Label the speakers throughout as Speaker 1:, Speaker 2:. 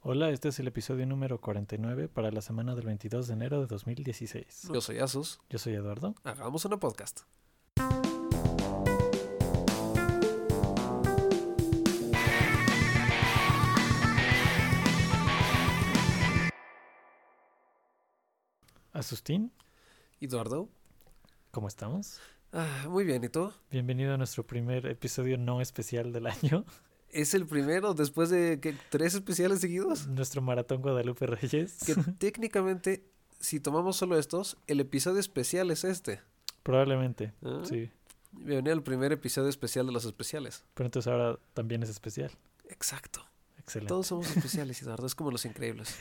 Speaker 1: Hola, este es el episodio número 49 para la semana del 22 de enero de 2016.
Speaker 2: Yo soy Asus.
Speaker 1: Yo soy Eduardo.
Speaker 2: Hagamos una podcast.
Speaker 1: Asustín,
Speaker 2: Eduardo.
Speaker 1: ¿cómo estamos?
Speaker 2: Ah, muy bien, ¿y tú?
Speaker 1: Bienvenido a nuestro primer episodio no especial del año,
Speaker 2: Es el primero después de ¿qué? tres especiales seguidos.
Speaker 1: nuestro maratón Guadalupe Reyes.
Speaker 2: Que técnicamente, si tomamos solo estos, el episodio especial es este.
Speaker 1: Probablemente,
Speaker 2: Ah.
Speaker 1: sí.
Speaker 2: Bienvenido al primer episodio especial de los especiales.
Speaker 1: Pero entonces ahora también es especial.
Speaker 2: Exacto.
Speaker 1: Excelente.
Speaker 2: Todos somos especiales, Eduardo. Es como los increíbles.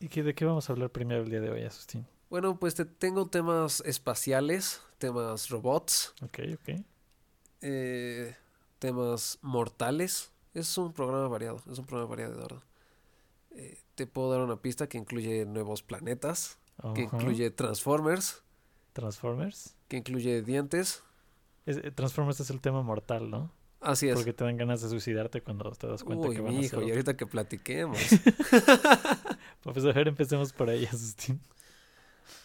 Speaker 1: ¿Y qué- de qué vamos a hablar primero el día de hoy, Asustín?
Speaker 2: Bueno, pues te tengo temas espaciales, temas robots,
Speaker 1: Ok, ok.
Speaker 2: eh, temas mortales. Es un programa variado, es un programa variado, Eduardo. Eh, te puedo dar una pista que incluye nuevos planetas, que
Speaker 1: Ajá.
Speaker 2: incluye Transformers,
Speaker 1: Transformers.
Speaker 2: que incluye dientes.
Speaker 1: Es- eh, Transformers es el tema mortal, ¿no?
Speaker 2: Así es.
Speaker 1: Porque te dan ganas de suicidarte cuando te das cuenta
Speaker 2: Uy,
Speaker 1: que van a
Speaker 2: mi
Speaker 1: hacer
Speaker 2: hijo, y
Speaker 1: otro.
Speaker 2: ahorita que platiquemos.
Speaker 1: Pues a ver, empecemos por ahí, Asustín.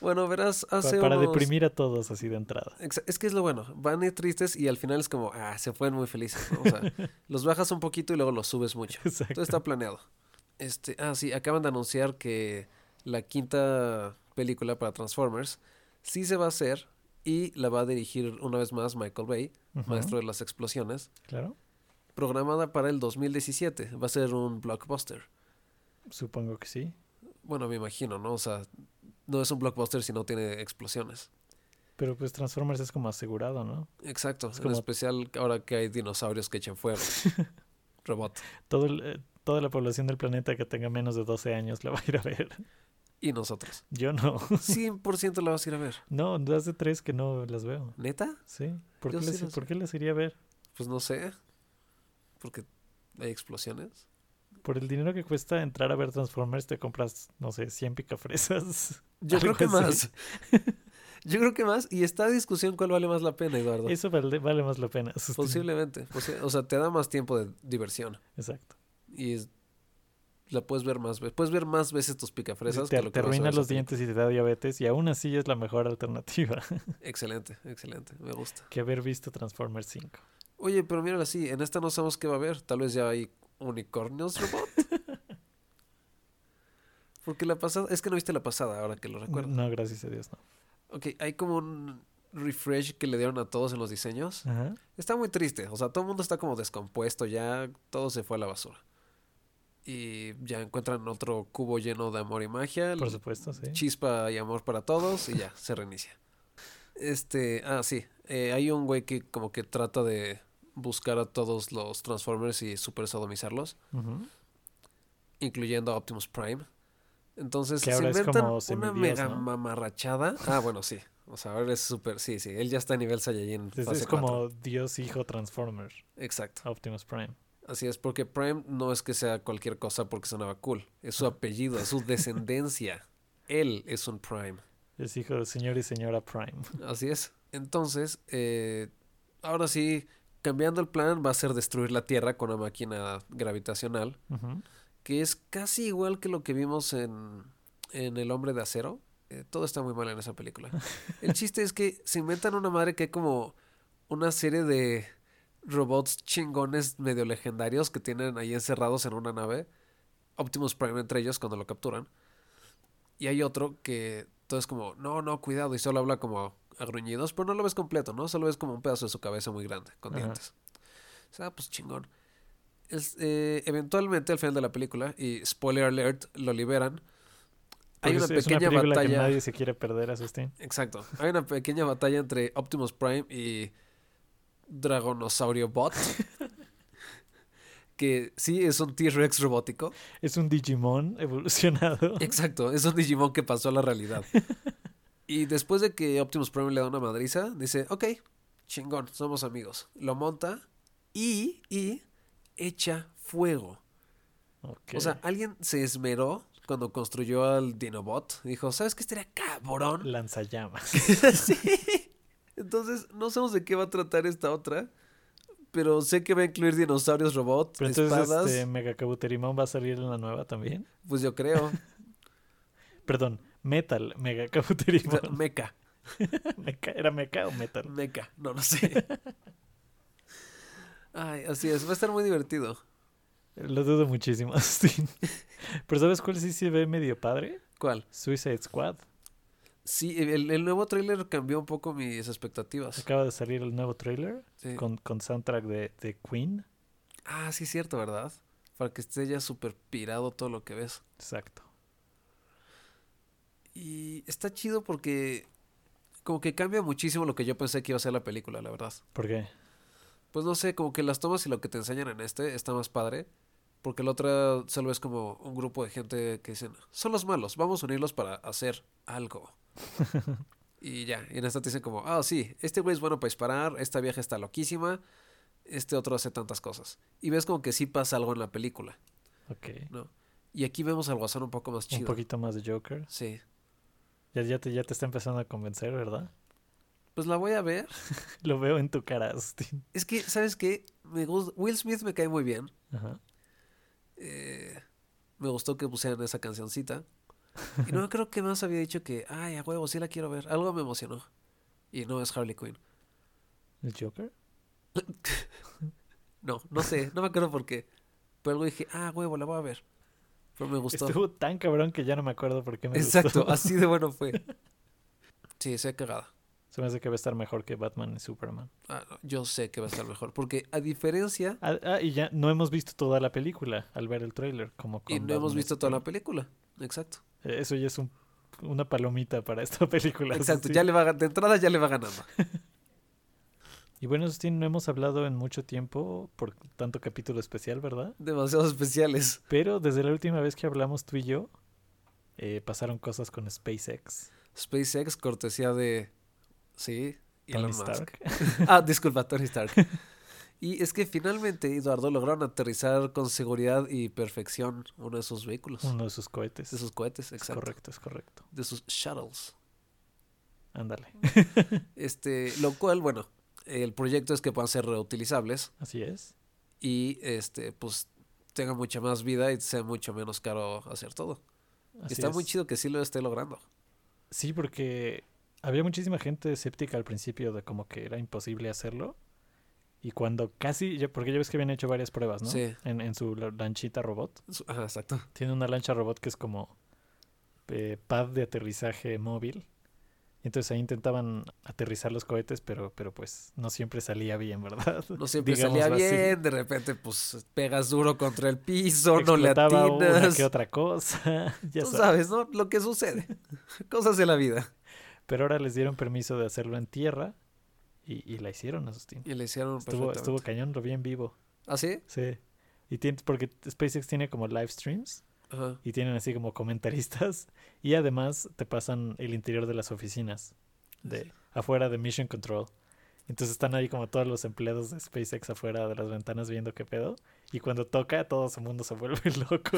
Speaker 2: bueno, verás,
Speaker 1: Pa-
Speaker 2: hace
Speaker 1: para
Speaker 2: unos-
Speaker 1: deprimir a todos así de entrada.
Speaker 2: Exa- Es que es lo bueno, van eh, tristes y al final es como, ah, se fueron muy felices. ¿no? O sea, los bajas un poquito y luego los subes mucho.
Speaker 1: Exacto.
Speaker 2: Todo está planeado. Este, ah, sí, acaban de anunciar que la quinta película para Transformers sí se va a hacer y la va a dirigir una vez más Michael Bay,
Speaker 1: Ujú,
Speaker 2: maestro de las explosiones,
Speaker 1: Claro.
Speaker 2: programada para el 2017. Va a ser un blockbuster.
Speaker 1: Supongo que sí.
Speaker 2: Bueno, me imagino, ¿no? O sea, no es un blockbuster si no tiene explosiones.
Speaker 1: Pero pues Transformers es como asegurado, ¿no?
Speaker 2: Exacto, en
Speaker 1: como-
Speaker 2: especial ahora que hay dinosaurios que echen fuego. Robot.
Speaker 1: Todo el- eh, toda la población del planeta que tenga menos de 12 años la va a ir a ver.
Speaker 2: Y nosotros.
Speaker 1: Yo no.
Speaker 2: 100% la vas a ir a ver.
Speaker 1: No, hace tres que no las veo.
Speaker 2: ¿Neta?
Speaker 1: Sí. ¿Por,
Speaker 2: Yo
Speaker 1: qué,
Speaker 2: sí
Speaker 1: les,
Speaker 2: las
Speaker 1: por qué las iría a ver?
Speaker 2: Pues no sé. Porque hay explosiones.
Speaker 1: Por el dinero que cuesta entrar a ver Transformers te compras, no sé, 100 picafresas.
Speaker 2: Yo creo
Speaker 1: Algo
Speaker 2: que
Speaker 1: así.
Speaker 2: más. Yo creo que más. Y esta discusión, ¿cuál vale más la pena, Eduardo?
Speaker 1: Eso vale, vale más la pena. Asustín.
Speaker 2: Posiblemente. posi- o sea, te da más tiempo de diversión.
Speaker 1: Exacto.
Speaker 2: Y es- la puedes ver más veces. Puedes ver más veces tus picafresas.
Speaker 1: te
Speaker 2: que lo que
Speaker 1: te
Speaker 2: vas a ver
Speaker 1: arruina
Speaker 2: esa
Speaker 1: los
Speaker 2: película.
Speaker 1: dientes y te da diabetes y aún así es la mejor alternativa
Speaker 2: Excelente, excelente. Me gusta.
Speaker 1: que haber visto Transformers 5.
Speaker 2: Oye, pero míralo así, en esta no sabemos qué va a haber. Tal vez ya hay unicornios robot. Porque la pasada, es que no viste la pasada, ahora que lo recuerdo.
Speaker 1: No, gracias a Dios, no.
Speaker 2: Ok, hay como un refresh que le dieron a todos en los diseños.
Speaker 1: Ajá.
Speaker 2: Está muy triste, o sea, todo el mundo está como descompuesto, ya todo se fue a la basura. Y ya encuentran otro cubo lleno de amor y magia.
Speaker 1: Por supuesto, sí.
Speaker 2: chispa y amor para todos y ya, se reinicia. Este, ah, sí, eh, hay un güey que como que trata de buscar a todos los Transformers y super sodomizarlos,
Speaker 1: Ujú.
Speaker 2: incluyendo a Optimus Prime. Entonces
Speaker 1: Que
Speaker 2: se
Speaker 1: ahora es
Speaker 2: inventan
Speaker 1: como
Speaker 2: una
Speaker 1: semidios,
Speaker 2: mega
Speaker 1: ¿no?
Speaker 2: mamarrachada. Ah, bueno, sí. O sea, ahora es súper, sí, sí, él ya está a nivel Saiyajin.
Speaker 1: Es,
Speaker 2: fase
Speaker 1: es como
Speaker 2: cuatro.
Speaker 1: Dios Hijo Transformer,
Speaker 2: Exacto.
Speaker 1: Optimus Prime.
Speaker 2: Así es, porque Prime no es que sea cualquier cosa porque sonaba cool. Es
Speaker 1: Ah.
Speaker 2: su apellido, es su descendencia. Él es un Prime.
Speaker 1: Es hijo del señor y señora Prime.
Speaker 2: Así es. Entonces, eh, ahora sí, cambiando el plan, va a ser destruir la Tierra con una máquina gravitacional,
Speaker 1: Ujú.
Speaker 2: que es casi igual que lo que vimos en, en El Hombre de Acero. Eh, todo está muy mal en esa película. El chiste es que se inventan una madre que hay como una serie de robots chingones medio legendarios que tienen ahí encerrados en una nave. Optimus Prime entre ellos cuando lo capturan. Y hay otro que todo es como, no, no, cuidado, y solo habla como a gruñidos, pero no lo ves completo, ¿no? Solo ves como un pedazo de su cabeza muy grande, con
Speaker 1: Ajá.
Speaker 2: dientes. O sea, pues chingón. Es, eh, eventualmente, al final de la película, y spoiler alert, lo liberan. Hay
Speaker 1: Porque
Speaker 2: una
Speaker 1: es, es
Speaker 2: pequeña
Speaker 1: película que
Speaker 2: batalla.
Speaker 1: nadie se quiere perder, Asustín.
Speaker 2: Exacto. Hay una pequeña batalla entre Optimus Prime y Dragonosaurio Bot. que sí es un T-Rex robótico.
Speaker 1: Es un Digimon evolucionado.
Speaker 2: Exacto, es un Digimon que pasó a la realidad. Y después de que Optimus Prime le da una madriza, dice, ok, chingón, somos amigos. Lo monta y, y echa fuego.
Speaker 1: Ok.
Speaker 2: O sea, alguien se esmeró cuando construyó al Dinobot. Dijo, ¿sabes qué estaría cabrón?
Speaker 1: Lanzallamas.
Speaker 2: sí. Entonces, no sabemos de qué va a tratar esta otra, pero sé que va a incluir dinosaurios robots,
Speaker 1: Pero entonces
Speaker 2: espadas.
Speaker 1: este Megacabuterimón va a salir en la nueva también.
Speaker 2: Pues yo creo.
Speaker 1: Perdón, Metal
Speaker 2: O sea,
Speaker 1: Megacabuterimón.
Speaker 2: meca.
Speaker 1: Meca- ¿Era Meca o Metal?
Speaker 2: Meca, no lo sé. Ay, así es, va a estar muy divertido.
Speaker 1: Lo dudo muchísimo, Austin. Pero ¿sabes cuál sí se ve medio padre?
Speaker 2: ¿Cuál?
Speaker 1: Suicide Squad.
Speaker 2: Sí, el, el nuevo tráiler cambió un poco mis expectativas.
Speaker 1: Acaba de salir el nuevo trailer
Speaker 2: Sí.
Speaker 1: con, con soundtrack de, de Queen.
Speaker 2: Ah, sí, es cierto, ¿verdad? Para que esté ya súper pirado todo lo que ves.
Speaker 1: Exacto.
Speaker 2: Y está chido porque como que cambia muchísimo lo que yo pensé que iba a ser la película, la verdad.
Speaker 1: ¿Por qué?
Speaker 2: Pues no sé, como que las tomas y lo que te enseñan en este está más padre. Porque el otro solo es como un grupo de gente que dicen, son los malos, vamos a unirlos para hacer algo. y ya, y en esta te dicen como, ah, sí, este güey es bueno para disparar, esta vieja está loquísima, este otro hace tantas cosas. Y ves como que sí pasa algo en la película,
Speaker 1: Ok.
Speaker 2: ¿no? Y aquí vemos al guasón un poco más chido.
Speaker 1: Un poquito más de Joker.
Speaker 2: Sí.
Speaker 1: Ya, ya, te, ya te está empezando a convencer, ¿verdad?
Speaker 2: Pues la voy a ver.
Speaker 1: Lo veo en tu cara, Austin.
Speaker 2: Es que, ¿sabes qué? Me gusta... Will Smith me cae muy bien.
Speaker 1: Ajá.
Speaker 2: eh, me gustó que pusieran esa cancioncita. Y no creo que más había dicho que, ay, a huevo, sí la quiero ver. Algo me emocionó. Y no es Harley Quinn.
Speaker 1: ¿El Joker?
Speaker 2: No, no sé, no me acuerdo por qué. Pero algo dije, ah, huevo, la voy a ver. Pero me gustó.
Speaker 1: Estuvo tan cabrón que ya no me acuerdo por qué Este me
Speaker 2: Exacto,
Speaker 1: gustó.
Speaker 2: así de bueno fue. Sí, se ha cagada.
Speaker 1: Se me hace que va a estar mejor que Batman y Superman.
Speaker 2: Ah, no, yo sé que va a estar mejor. Porque a diferencia,
Speaker 1: Ah, ah, y ya no hemos visto toda la película al ver el tráiler. Como
Speaker 2: y
Speaker 1: con
Speaker 2: no hemos
Speaker 1: Batman
Speaker 2: visto toda la
Speaker 1: Superman.
Speaker 2: película. Exacto.
Speaker 1: Eh, Eso ya es un- una palomita para esta película.
Speaker 2: Exacto,
Speaker 1: sí.
Speaker 2: ya le va, gan- de entrada ya le va ganando.
Speaker 1: Y bueno, Justin, no hemos hablado en mucho tiempo por tanto capítulo especial, ¿verdad?
Speaker 2: Demasiados especiales.
Speaker 1: Pero desde la última vez que hablamos tú y yo, eh, pasaron cosas con SpaceX.
Speaker 2: SpaceX, cortesía de. Sí, Elon
Speaker 1: Tony
Speaker 2: Musk.
Speaker 1: Stark.
Speaker 2: Ah, disculpa, Tony Stark. Y es que finalmente, Eduardo, lograron aterrizar con seguridad y perfección uno de sus vehículos,
Speaker 1: Uno de sus cohetes.
Speaker 2: de sus cohetes,
Speaker 1: es
Speaker 2: exacto,
Speaker 1: correcto, es correcto.
Speaker 2: de sus shuttles.
Speaker 1: Ándale.
Speaker 2: Este, lo cual, bueno, el proyecto es que puedan ser reutilizables
Speaker 1: Así es.
Speaker 2: y este, pues tengan mucha más vida y sea mucho menos caro hacer todo. Y
Speaker 1: así
Speaker 2: está muy
Speaker 1: es.
Speaker 2: chido que sí lo esté logrando.
Speaker 1: Sí, porque había muchísima gente escéptica al principio de como que era imposible hacerlo. Y cuando casi, ya- porque ya ves que habían hecho varias pruebas, ¿no?
Speaker 2: Sí.
Speaker 1: En, en su la- lanchita robot.
Speaker 2: Su- Ajá, exacto.
Speaker 1: Tiene una lancha robot que es como eh, pad de aterrizaje móvil. Y entonces ahí intentaban aterrizar los cohetes, pero, pero pues no siempre salía bien, ¿verdad?
Speaker 2: No siempre
Speaker 1: Digámoslo
Speaker 2: salía
Speaker 1: así.
Speaker 2: bien, de repente pues pegas duro contra el piso, no le
Speaker 1: Explotaba una
Speaker 2: atinas.
Speaker 1: que otra cosa, ya
Speaker 2: Tú
Speaker 1: sabes.
Speaker 2: sabes, ¿no? Lo que sucede. Cosas de la vida.
Speaker 1: Pero ahora les dieron permiso de hacerlo en tierra y, y la hicieron, Asustín.
Speaker 2: Y le hicieron
Speaker 1: Estuvo, estuvo
Speaker 2: perfectamente.
Speaker 1: cañón, lo vi en vivo.
Speaker 2: ¿Ah, sí?
Speaker 1: Sí. Y tiene, porque SpaceX tiene como live streams
Speaker 2: Ajá.
Speaker 1: y tienen así como comentaristas y además te pasan el interior de las oficinas de afuera de Mission Control. Entonces están ahí como todos los empleados de SpaceX afuera de las ventanas viendo qué pedo y cuando toca todo su mundo se vuelve loco.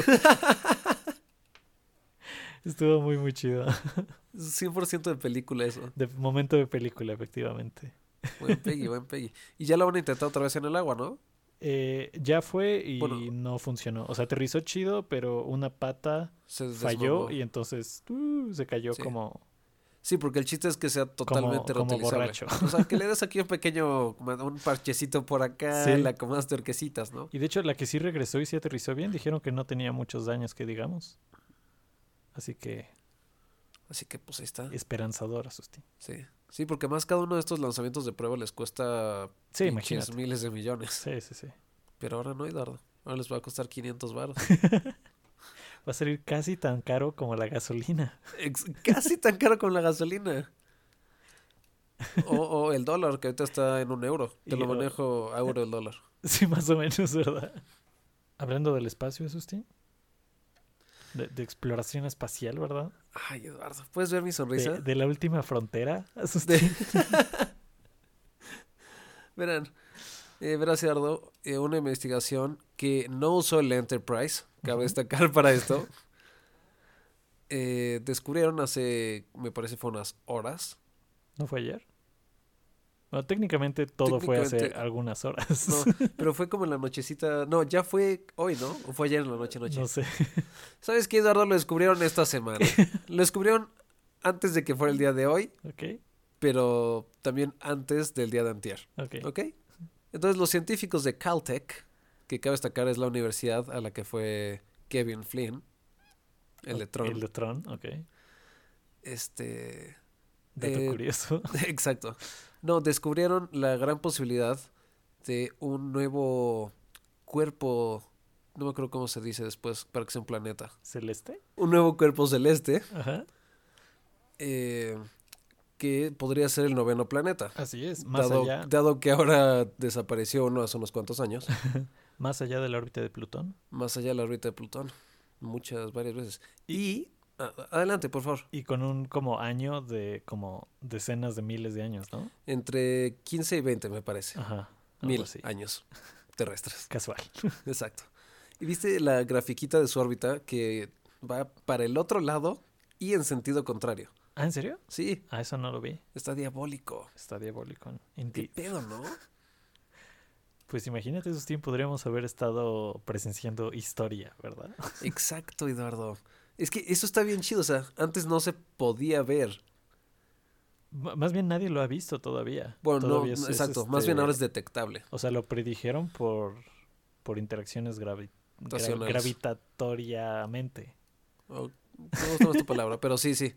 Speaker 1: Estuvo muy muy chido.
Speaker 2: Es 100% de película eso.
Speaker 1: De momento de película, efectivamente.
Speaker 2: Buen Peggy, buen Peggy. Y ya lo van a intentar otra vez en el agua, ¿no?
Speaker 1: Eh, ya fue y
Speaker 2: Bueno.
Speaker 1: no funcionó. O sea, aterrizó chido, pero una pata
Speaker 2: Se
Speaker 1: falló
Speaker 2: Pues desmamó.
Speaker 1: y entonces uh, se cayó
Speaker 2: Sí.
Speaker 1: como...
Speaker 2: Sí, porque el chiste es que sea totalmente
Speaker 1: como
Speaker 2: reutilizable.
Speaker 1: borracho.
Speaker 2: O sea, que le des aquí un pequeño, un parchecito por acá,
Speaker 1: Sí.
Speaker 2: le acomodas tuerquecitas, ¿no?
Speaker 1: Y de hecho, la que sí regresó y sí aterrizó bien, dijeron que no tenía muchos daños, que digamos. Así que
Speaker 2: Así que pues ahí está.
Speaker 1: esperanzador, Asustín.
Speaker 2: Sí. Sí, porque más cada uno de estos lanzamientos de prueba les cuesta
Speaker 1: Sí,
Speaker 2: pinches
Speaker 1: imagínate.
Speaker 2: miles de millones.
Speaker 1: Sí, sí, sí.
Speaker 2: Pero ahora no, Eduardo. Ahora les va a costar 500 baros.
Speaker 1: Va a salir casi tan caro como la gasolina.
Speaker 2: Ex- Casi tan caro como la gasolina. O, o el dólar, que ahorita está en un euro. Te
Speaker 1: Y
Speaker 2: lo
Speaker 1: lo-
Speaker 2: manejo a euro el dólar.
Speaker 1: Sí, más o menos, ¿verdad? Hablando del espacio, Asustín. De, de exploración espacial, ¿verdad?
Speaker 2: Ay, Eduardo, ¿puedes ver mi sonrisa?
Speaker 1: De, de la última frontera, Asustín.
Speaker 2: De- Verán, eh, verás, Eduardo, eh, una investigación que no usó el Enterprise, cabe
Speaker 1: Ujú.
Speaker 2: destacar para esto. Eh, descubrieron hace, me parece, fue unas horas.
Speaker 1: ¿No fue ayer? Bueno, técnicamente todo fue hace
Speaker 2: Técnicamente-
Speaker 1: algunas horas.
Speaker 2: No, pero fue como en la nochecita. No, ya fue hoy, ¿no? O fue ayer en la noche, noche.
Speaker 1: No sé.
Speaker 2: ¿Sabes qué, Eduardo? Lo descubrieron esta semana. Lo descubrieron antes de que fuera el día de hoy,
Speaker 1: Ok,
Speaker 2: pero también antes del día de antier.
Speaker 1: ok.
Speaker 2: ¿Ok? Entonces, los científicos de Caltech, que cabe destacar es la universidad a la que fue Kevin Flynn, el de Tron.
Speaker 1: El de Tron, ok.
Speaker 2: Este.
Speaker 1: Dato
Speaker 2: Eh,
Speaker 1: curioso.
Speaker 2: Exacto. No, descubrieron la gran posibilidad de un nuevo cuerpo. No me acuerdo cómo se dice después para que sea un planeta.
Speaker 1: ¿Celeste?
Speaker 2: Un nuevo cuerpo celeste
Speaker 1: Ajá.
Speaker 2: eh, que podría ser el noveno planeta.
Speaker 1: Así es. Más
Speaker 2: Dado,
Speaker 1: allá,
Speaker 2: dado que ahora desapareció uno hace unos cuantos años,
Speaker 1: más allá de la órbita de Plutón.
Speaker 2: más allá de la órbita de Plutón, muchas, varias veces. Y, a- adelante, por favor,
Speaker 1: Y con un como año de como decenas de miles de años, ¿no?
Speaker 2: entre 15 y 20, me parece,
Speaker 1: Ajá. Ah, algo
Speaker 2: mil
Speaker 1: así.
Speaker 2: años terrestres.
Speaker 1: Casual.
Speaker 2: Exacto. Y viste la grafiquita de su órbita que va para el otro lado y en sentido contrario.
Speaker 1: ¿Ah, en serio?
Speaker 2: Sí,
Speaker 1: Ah, eso no lo vi.
Speaker 2: está diabólico.
Speaker 1: Está diabólico.
Speaker 2: ¿Qué
Speaker 1: Indeed.
Speaker 2: pedo, no?
Speaker 1: Pues imagínate esos tiempos, podríamos haber estado presenciando historia, ¿verdad?
Speaker 2: Exacto, Eduardo. Es que eso está bien chido, o sea, antes no se podía ver.
Speaker 1: M- más bien nadie lo ha visto todavía.
Speaker 2: Bueno, no,
Speaker 1: Todavía es-
Speaker 2: no,
Speaker 1: es,
Speaker 2: exacto, más bien
Speaker 1: este,
Speaker 2: ahora es detectable.
Speaker 1: O sea, lo predijeron por, por interacciones gravi- gra-
Speaker 2: Estacionales.
Speaker 1: gravitatoriamente.
Speaker 2: O- no me gusta más tu palabra, pero sí, sí.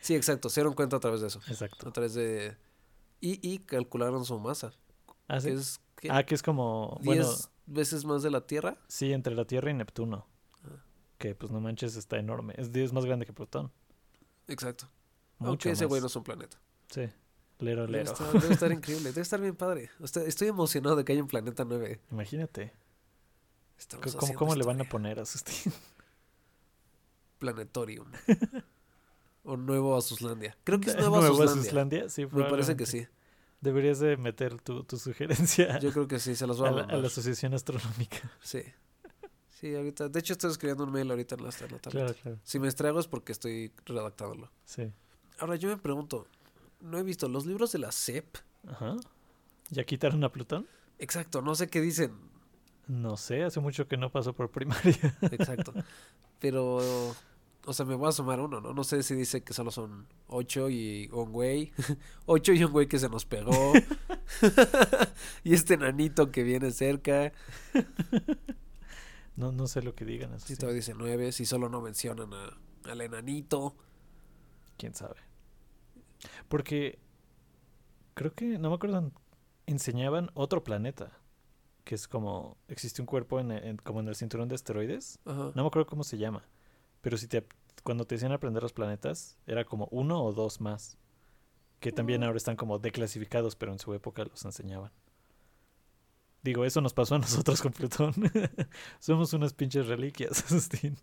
Speaker 2: Sí, exacto, se dieron cuenta a través de eso. A
Speaker 1: Exacto.
Speaker 2: través de... Y, y calcularon su masa.
Speaker 1: Ah,
Speaker 2: que
Speaker 1: sí.
Speaker 2: es, ¿qué?
Speaker 1: Ah, que es como,
Speaker 2: 10
Speaker 1: bueno,
Speaker 2: veces más de la Tierra.
Speaker 1: sí, entre la Tierra y Neptuno.
Speaker 2: Ah.
Speaker 1: Que pues no manches, está enorme. Es 10 más grande que Plutón.
Speaker 2: Exacto.
Speaker 1: Mucho
Speaker 2: Aunque ese
Speaker 1: más.
Speaker 2: güey no es un planeta.
Speaker 1: Sí. Lero,
Speaker 2: Debe
Speaker 1: lero.
Speaker 2: estar, debe estar increíble, debe estar bien padre. O sea, estoy emocionado de que haya un planeta 9.
Speaker 1: Imagínate.
Speaker 2: Estamos
Speaker 1: ¿Cómo,
Speaker 2: haciendo este
Speaker 1: cómo le van a
Speaker 2: historia.
Speaker 1: poner a Sustin?
Speaker 2: Planetorium. o Nuevo Asuslandia. Creo que es Nuevo,
Speaker 1: ¿Nuevo
Speaker 2: Asuslandia.
Speaker 1: Asuslandia? Sí,
Speaker 2: Me parece que
Speaker 1: probablemente.
Speaker 2: sí.
Speaker 1: Deberías de meter tu, tu sugerencia
Speaker 2: Yo creo que sí, se los
Speaker 1: a
Speaker 2: va a
Speaker 1: la, a
Speaker 2: mandar.
Speaker 1: la Asociación Astronómica.
Speaker 2: Sí. Sí, ahorita. De hecho, estoy escribiendo un mail ahorita en la tarde.
Speaker 1: Claro, claro.
Speaker 2: Si me estrago es porque estoy redactándolo.
Speaker 1: Sí.
Speaker 2: Ahora, yo me pregunto, no he visto los libros de la E CEP.
Speaker 1: Ajá. ¿Ya quitaron a Plutón?
Speaker 2: Exacto, no sé qué dicen.
Speaker 1: No sé, hace mucho que no pasó por primaria.
Speaker 2: Exacto. Pero, o sea, me voy a sumar uno, ¿no? No sé si dice que solo son ocho y un güey. Ocho y un güey que se nos pegó. y este nanito que viene cerca.
Speaker 1: No, no sé lo que digan eso.
Speaker 2: Si
Speaker 1: sí.
Speaker 2: todavía dice nueve, si solo no mencionan a, al enanito.
Speaker 1: Quién sabe. Porque creo que, no me acuerdo, en- enseñaban otro planeta. Que es como, existe un cuerpo en, en- como en el cinturón de asteroides.
Speaker 2: Ajá.
Speaker 1: No me acuerdo cómo se llama. Pero si te, cuando te decían aprender los planetas, era como uno o dos más. Que también ahora están como declasificados, pero en su época los enseñaban. Digo, eso nos pasó a nosotros con Plutón. Somos unas pinches reliquias, Justin.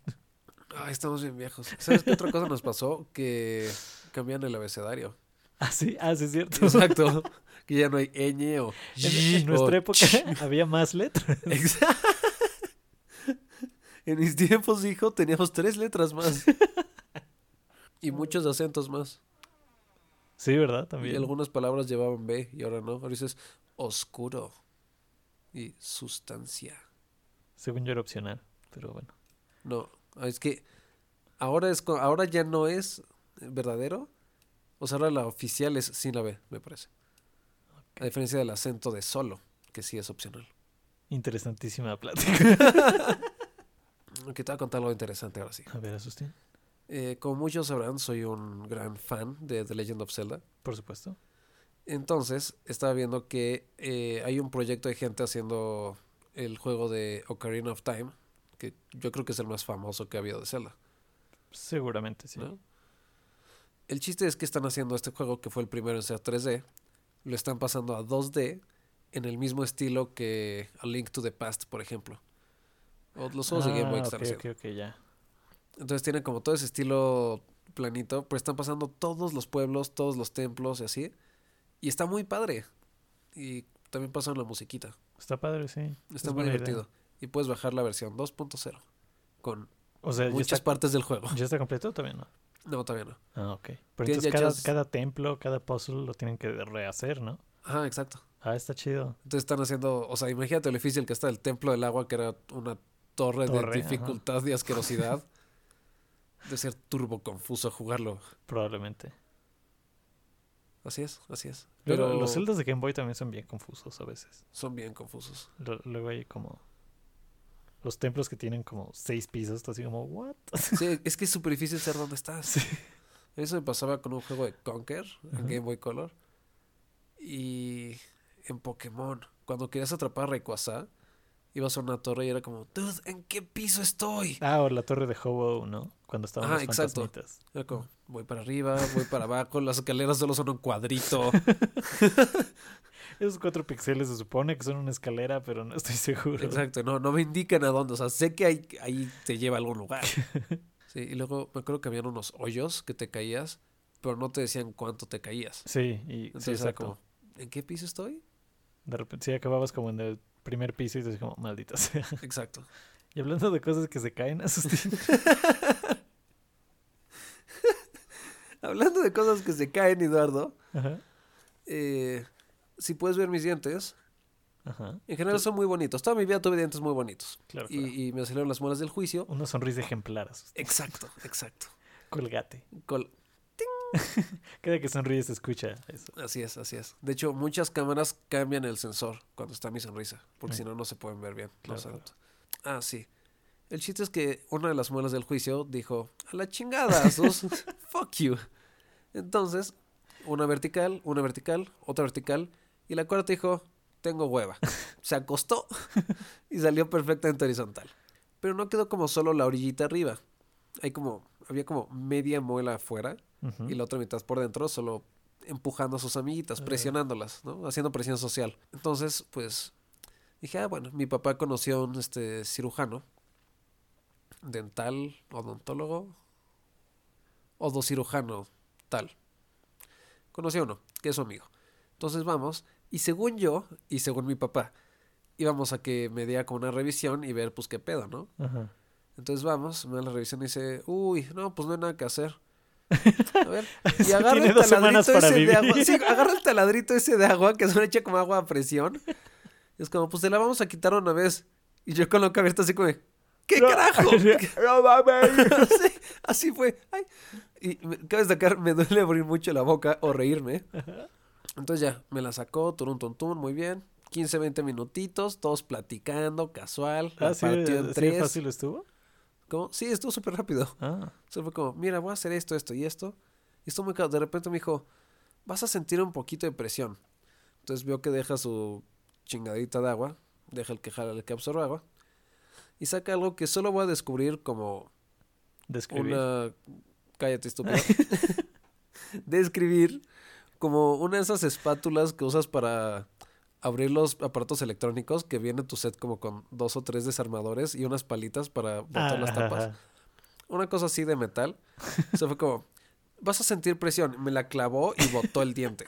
Speaker 2: Ay, estamos bien viejos. ¿Sabes qué otra cosa nos pasó? Que cambian el abecedario.
Speaker 1: Ah, sí, ah, sí, es cierto.
Speaker 2: Exacto. que ya no hay ñ o
Speaker 1: En, en
Speaker 2: y
Speaker 1: nuestra
Speaker 2: o
Speaker 1: época había más letras.
Speaker 2: Exacto. En mis tiempos, hijo, teníamos tres letras más. Y muchos acentos más.
Speaker 1: Sí, ¿verdad?
Speaker 2: Y
Speaker 1: También.
Speaker 2: algunas palabras llevaban B y ahora no. Ahora dices oscuro y sustancia.
Speaker 1: Según yo era opcional, pero bueno.
Speaker 2: No, es que ahora, es, co- ahora ya no es verdadero. O sea, ahora la oficial es sin la B, me parece. A diferencia del acento de solo, que sí es opcional.
Speaker 1: Interesantísima plática.
Speaker 2: Aunque te voy a contar algo interesante ahora sí.
Speaker 1: A ver, Asustín.
Speaker 2: Eh, como muchos sabrán, soy un gran fan de The Legend of Zelda.
Speaker 1: Por supuesto.
Speaker 2: Entonces, estaba viendo que eh, hay un proyecto de gente haciendo el juego de Ocarina of Time, que yo creo que es el más famoso que ha habido de Zelda,
Speaker 1: Seguramente sí.
Speaker 2: ¿no? El chiste es que están haciendo este juego, que fue el primero en ser 3D, lo están pasando a 2D en el mismo estilo que A Link to the Past, por ejemplo. O los juegos Pues de Game Boy que
Speaker 1: Ah,
Speaker 2: están
Speaker 1: ok,
Speaker 2: haciendo.
Speaker 1: ok, ok, ya.
Speaker 2: Entonces tiene como todo ese estilo planito, pero están pasando todos los pueblos, todos los templos y así. Y está muy padre. Y también pasan la musiquita.
Speaker 1: Está padre, sí.
Speaker 2: Está
Speaker 1: Es
Speaker 2: muy
Speaker 1: buena idea.
Speaker 2: divertido. Y puedes bajar la versión 2.0 con
Speaker 1: O sea, ¿ya
Speaker 2: muchas
Speaker 1: está,
Speaker 2: partes del juego.
Speaker 1: ¿ya está completo o todavía no?
Speaker 2: No, todavía no.
Speaker 1: Ah, ok. Pero
Speaker 2: Tienen
Speaker 1: entonces
Speaker 2: ya
Speaker 1: cada,
Speaker 2: hechos-
Speaker 1: cada templo, cada puzzle lo tienen que rehacer, ¿no?
Speaker 2: Ajá, exacto.
Speaker 1: Ah, está chido.
Speaker 2: Entonces están haciendo, o sea, imagínate lo difícil que está el templo del agua, que era una torre,
Speaker 1: Torre,
Speaker 2: de
Speaker 1: ajá.
Speaker 2: dificultad y asquerosidad. De ser turbo confuso jugarlo.
Speaker 1: Probablemente.
Speaker 2: Así es, así es.
Speaker 1: Luego,
Speaker 2: Pero
Speaker 1: los celdas de Game Boy también son bien confusos a veces.
Speaker 2: son bien confusos.
Speaker 1: Lo- Luego hay como... Los templos que tienen como seis pisos, está así como, ¿what?
Speaker 2: Sí, es que es súper difícil saber dónde estás.
Speaker 1: Sí.
Speaker 2: Eso me pasaba con un juego de Conker en Game Boy Color. Y en Pokémon, cuando querías atrapar a Rayquaza, ibas a una torre y era como, dude, ¿en qué piso estoy?
Speaker 1: Ah, o la torre de Hobo, ¿no? Cuando estaban
Speaker 2: Ah,
Speaker 1: los
Speaker 2: exacto.
Speaker 1: fantasmitas.
Speaker 2: Era como, voy para arriba, voy para abajo, las escaleras solo son un cuadrito.
Speaker 1: Esos cuatro píxeles se supone que son una escalera, pero no estoy seguro.
Speaker 2: Exacto, no, no me indican a dónde. O sea, sé que ahí, ahí te lleva a algún lugar. Sí, y luego me acuerdo que habían unos hoyos que te caías, pero no te decían cuánto te caías.
Speaker 1: Sí, y sí,
Speaker 2: Entonces era
Speaker 1: exacto.
Speaker 2: como, ¿en qué piso estoy?
Speaker 1: De repente, sí, acababas como en el primer piso y te como, maldita sea.
Speaker 2: Exacto.
Speaker 1: Y hablando de cosas que se caen, Asustín,
Speaker 2: Hablando de cosas que se caen, Eduardo,
Speaker 1: Ajá,
Speaker 2: eh, si puedes ver mis dientes,
Speaker 1: ajá,
Speaker 2: en general son muy bonitos. Toda mi vida tuve dientes muy bonitos.
Speaker 1: claro, claro.
Speaker 2: Y, y me salieron las muelas del juicio.
Speaker 1: Una sonrisa ejemplar, Asustín.
Speaker 2: Exacto, exacto.
Speaker 1: Colgate.
Speaker 2: Col-
Speaker 1: Cada que sonríes se escucha eso.
Speaker 2: así es, así es. De hecho, muchas cámaras cambian el sensor cuando está mi sonrisa, porque
Speaker 1: Mm.
Speaker 2: si no, no se pueden ver bien.
Speaker 1: Claro,
Speaker 2: los
Speaker 1: claro.
Speaker 2: adultos. Ah, sí. El chiste es que una de las muelas del juicio dijo, a la chingada, sus fuck you. Entonces, una vertical, una vertical, otra vertical, y la cuarta dijo, tengo hueva. Se acostó y salió perfectamente horizontal. Pero no quedó como solo la orillita arriba. Hay como, había como media muela afuera
Speaker 1: Ujú.
Speaker 2: y la otra mitad por dentro, solo empujando a sus amiguitas,
Speaker 1: Ah.
Speaker 2: presionándolas, ¿no? Haciendo presión social. Entonces, pues, dije, ah, bueno, mi papá conoció a un este, cirujano, dental, odontólogo, odocirujano, tal. Conocí a uno, que es su amigo. Entonces vamos, y según yo, y según mi papá, íbamos a que me diera como una revisión y ver, pues, qué pedo, ¿no?
Speaker 1: Ajá.
Speaker 2: Entonces vamos, me da la revisión y dice, uy, no, pues no hay nada que hacer. A ver, y agarra
Speaker 1: Tiene
Speaker 2: el
Speaker 1: dos
Speaker 2: taladrito
Speaker 1: semanas para
Speaker 2: ese de agua.
Speaker 1: vivir.
Speaker 2: Sí, agarra el taladrito ese de agua que se le echa como agua a presión. Y es como, pues te la vamos a quitar una vez. Y yo con la boca abierta así como, de, ¿qué
Speaker 1: No,
Speaker 2: carajo?
Speaker 1: no mames.
Speaker 2: Sí, así fue. Ay. Y me- cabe destacar, me duele abrir mucho la boca o reírme. Entonces ya, me la sacó, turun, tun, tun, muy bien. 15, 20 minutitos, todos platicando, casual. La
Speaker 1: Ah, sí,
Speaker 2: partió en
Speaker 1: así de
Speaker 2: tres.
Speaker 1: fácil estuvo.
Speaker 2: ¿Cómo? Sí, estuvo súper rápido.
Speaker 1: Ah,
Speaker 2: Solo fue como, mira, voy a hacer esto, esto y esto. Y estuvo muy claro. De repente me dijo, vas a sentir un poquito de presión. Entonces vio que deja su chingadita de agua, deja el que jala, el que absorbe agua. Y saca algo que solo voy a descubrir como
Speaker 1: describir.
Speaker 2: una... Cállate, estúpido. Describir como una de esas espátulas que usas para abrir los aparatos electrónicos que viene tu set como con dos o tres desarmadores y unas palitas para botar
Speaker 1: Ah,
Speaker 2: las
Speaker 1: ajá,
Speaker 2: tapas
Speaker 1: ajá.
Speaker 2: una cosa así de metal. Se fue como, vas a sentir presión. Me la clavó y botó el diente.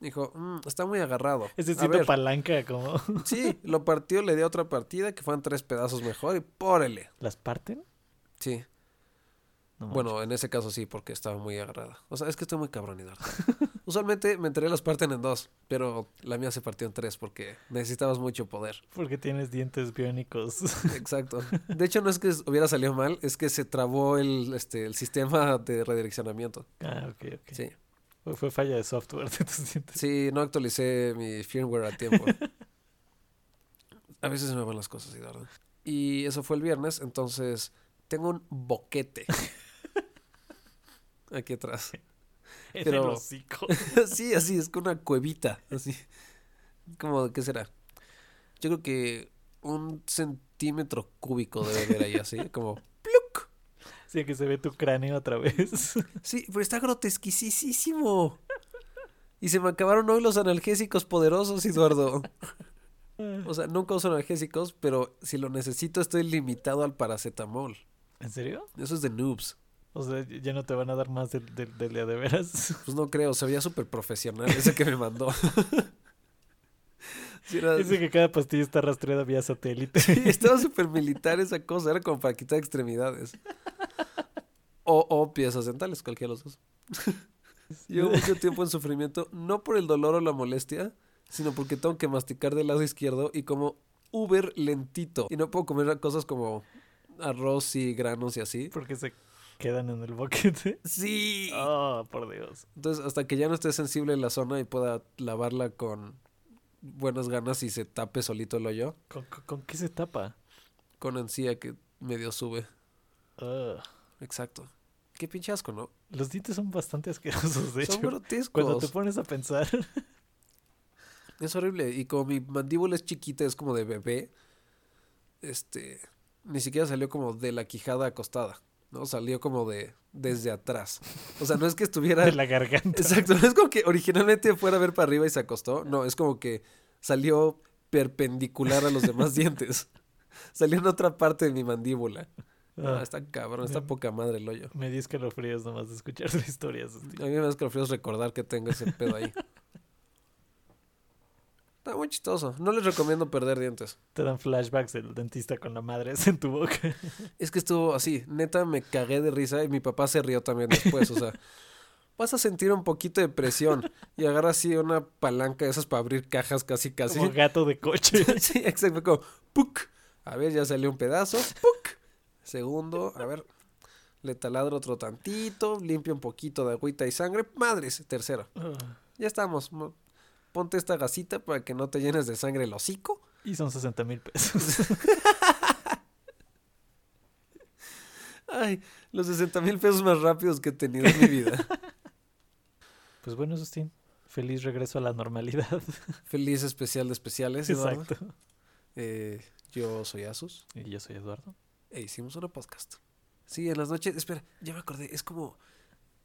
Speaker 2: Dijo, "Mm, está muy agarrado.
Speaker 1: Es
Speaker 2: a
Speaker 1: decir,
Speaker 2: ver,
Speaker 1: palanca como...
Speaker 2: sí, lo partió, le dio otra partida que fueron tres pedazos mejor y pórele.
Speaker 1: ¿Las parten?
Speaker 2: Sí,
Speaker 1: No
Speaker 2: bueno, en ese caso sí, porque estaba muy agarrada. O sea, es que estoy muy cabrón, Eduardo. Usualmente me enteré las parten en dos, pero la mía se partió en tres porque necesitabas mucho poder.
Speaker 1: manches, Porque tienes dientes biónicos.
Speaker 2: Exacto. De hecho, no es que hubiera salido mal, es que se trabó el, este, el sistema de redireccionamiento.
Speaker 1: ah, ok, ok.
Speaker 2: Sí.
Speaker 1: Fue- Fue falla de software de tus dientes.
Speaker 2: Sí, no actualicé mi firmware a tiempo. a veces se me van las cosas, Eduardo. Y eso fue el viernes, entonces tengo un boquete. Aquí atrás.
Speaker 1: En
Speaker 2: Pero-
Speaker 1: el hocico.
Speaker 2: sí, así, es con una cuevita. Así. Como, ¿qué será? Yo creo que un centímetro cúbico debe haber ahí, así, como. ¡Pluc!
Speaker 1: Sí, que se ve tu cráneo otra vez.
Speaker 2: Sí, pero está grotesquisísimo. Y se me acabaron hoy los analgésicos poderosos, Eduardo. O sea, nunca uso analgésicos, pero si lo necesito estoy limitado al paracetamol.
Speaker 1: ¿En serio?
Speaker 2: Eso es de noobs.
Speaker 1: O sea, ya no te van a dar más del, del, del día de veras.
Speaker 2: Pues no creo, se veía súper profesional ese que me mandó. Ah, Sí, era-
Speaker 1: Dice que cada pastilla está rastreada vía satélite.
Speaker 2: sí, estaba súper militar esa cosa, era como para quitar extremidades. o, o piezas dentales, cualquiera de los dos. Llevo mucho tiempo en sufrimiento, no por el dolor o la molestia, sino porque tengo que masticar del lado izquierdo y como uber lentito. Y no puedo comer cosas como arroz y granos y así. Ah,
Speaker 1: Porque se quedan en el boquete.
Speaker 2: Sí.
Speaker 1: Oh, por Dios.
Speaker 2: Entonces, hasta que ya no esté sensible la zona y pueda lavarla con buenas ganas y se tape solito el hoyo,
Speaker 1: ¿Con, con- con qué se tapa?
Speaker 2: con encía que medio sube.
Speaker 1: Ugh.
Speaker 2: Exacto. Qué pinche asco, ¿no?
Speaker 1: Los dientes son bastante asquerosos, de
Speaker 2: Son
Speaker 1: hecho.
Speaker 2: grotescos.
Speaker 1: Cuando te pones a pensar,
Speaker 2: Es horrible. Y como mi mandíbula es chiquita, es como de bebé. Este. Ni siquiera salió como de la quijada acostada. ¿No? Salió como de. desde atrás. O sea, no es que estuviera.
Speaker 1: de la garganta.
Speaker 2: Exacto. No es como que originalmente fuera a ver para arriba y se acostó. No, es como que salió perpendicular a los demás dientes. Salió en otra parte de mi mandíbula. No,
Speaker 1: Ah,
Speaker 2: está cabrón, está
Speaker 1: Bien.
Speaker 2: poca madre el hoyo.
Speaker 1: me di escalofríos nomás de escuchar de historias. así.
Speaker 2: A mí me da escalofríos recordar que tengo ese pedo ahí. Está muy chistoso. No les recomiendo perder dientes.
Speaker 1: Te dan flashbacks del dentista con la madre esa en tu boca.
Speaker 2: Es que estuvo así. Neta, me cagué de risa y mi papá se rió también después. O sea, vas a sentir un poquito de presión y agarra así una palanca de esas para abrir cajas casi casi.
Speaker 1: Como gato de coche.
Speaker 2: sí, exacto. Como, ¡puc! A ver, ya salió un pedazo. ¡puc! Segundo, a ver. Le taladro otro tantito, limpia un poquito de agüita y sangre. Madres, tercero.
Speaker 1: Ah,
Speaker 2: Ya estamos. mo- Ponte esta gasita para que no te llenes de sangre el hocico.
Speaker 1: Y son 60 mil pesos.
Speaker 2: Ay, los 60 mil pesos más rápidos que he tenido en mi vida.
Speaker 1: Pues bueno, Justin, feliz regreso a la normalidad.
Speaker 2: Feliz especial de especiales, Eduardo.
Speaker 1: Exacto.
Speaker 2: Eh, yo soy Asus
Speaker 1: Y yo soy Eduardo.
Speaker 2: e hicimos una podcast. Sí, en las noches. Espera, ya me acordé. Es como.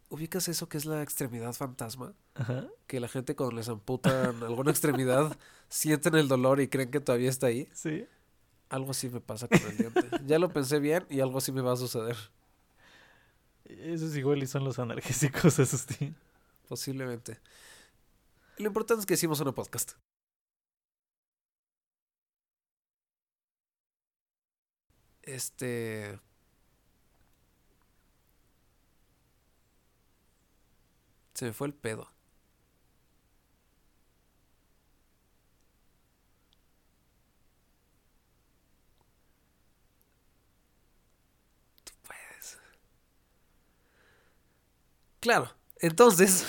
Speaker 2: ¿Ubicas eso que es la extremidad fantasma?
Speaker 1: Ajá.
Speaker 2: Que la gente cuando les amputan alguna extremidad sienten el dolor y creen que todavía está ahí.
Speaker 1: Sí.
Speaker 2: Algo así me pasa con el diente. Ya lo pensé bien y algo así me va a suceder.
Speaker 1: Eso es igual y son los analgésicos, Justin.
Speaker 2: Posiblemente. Lo importante es que hicimos una podcast. Este. Se me fue el pedo. Tú puedes. Claro, entonces.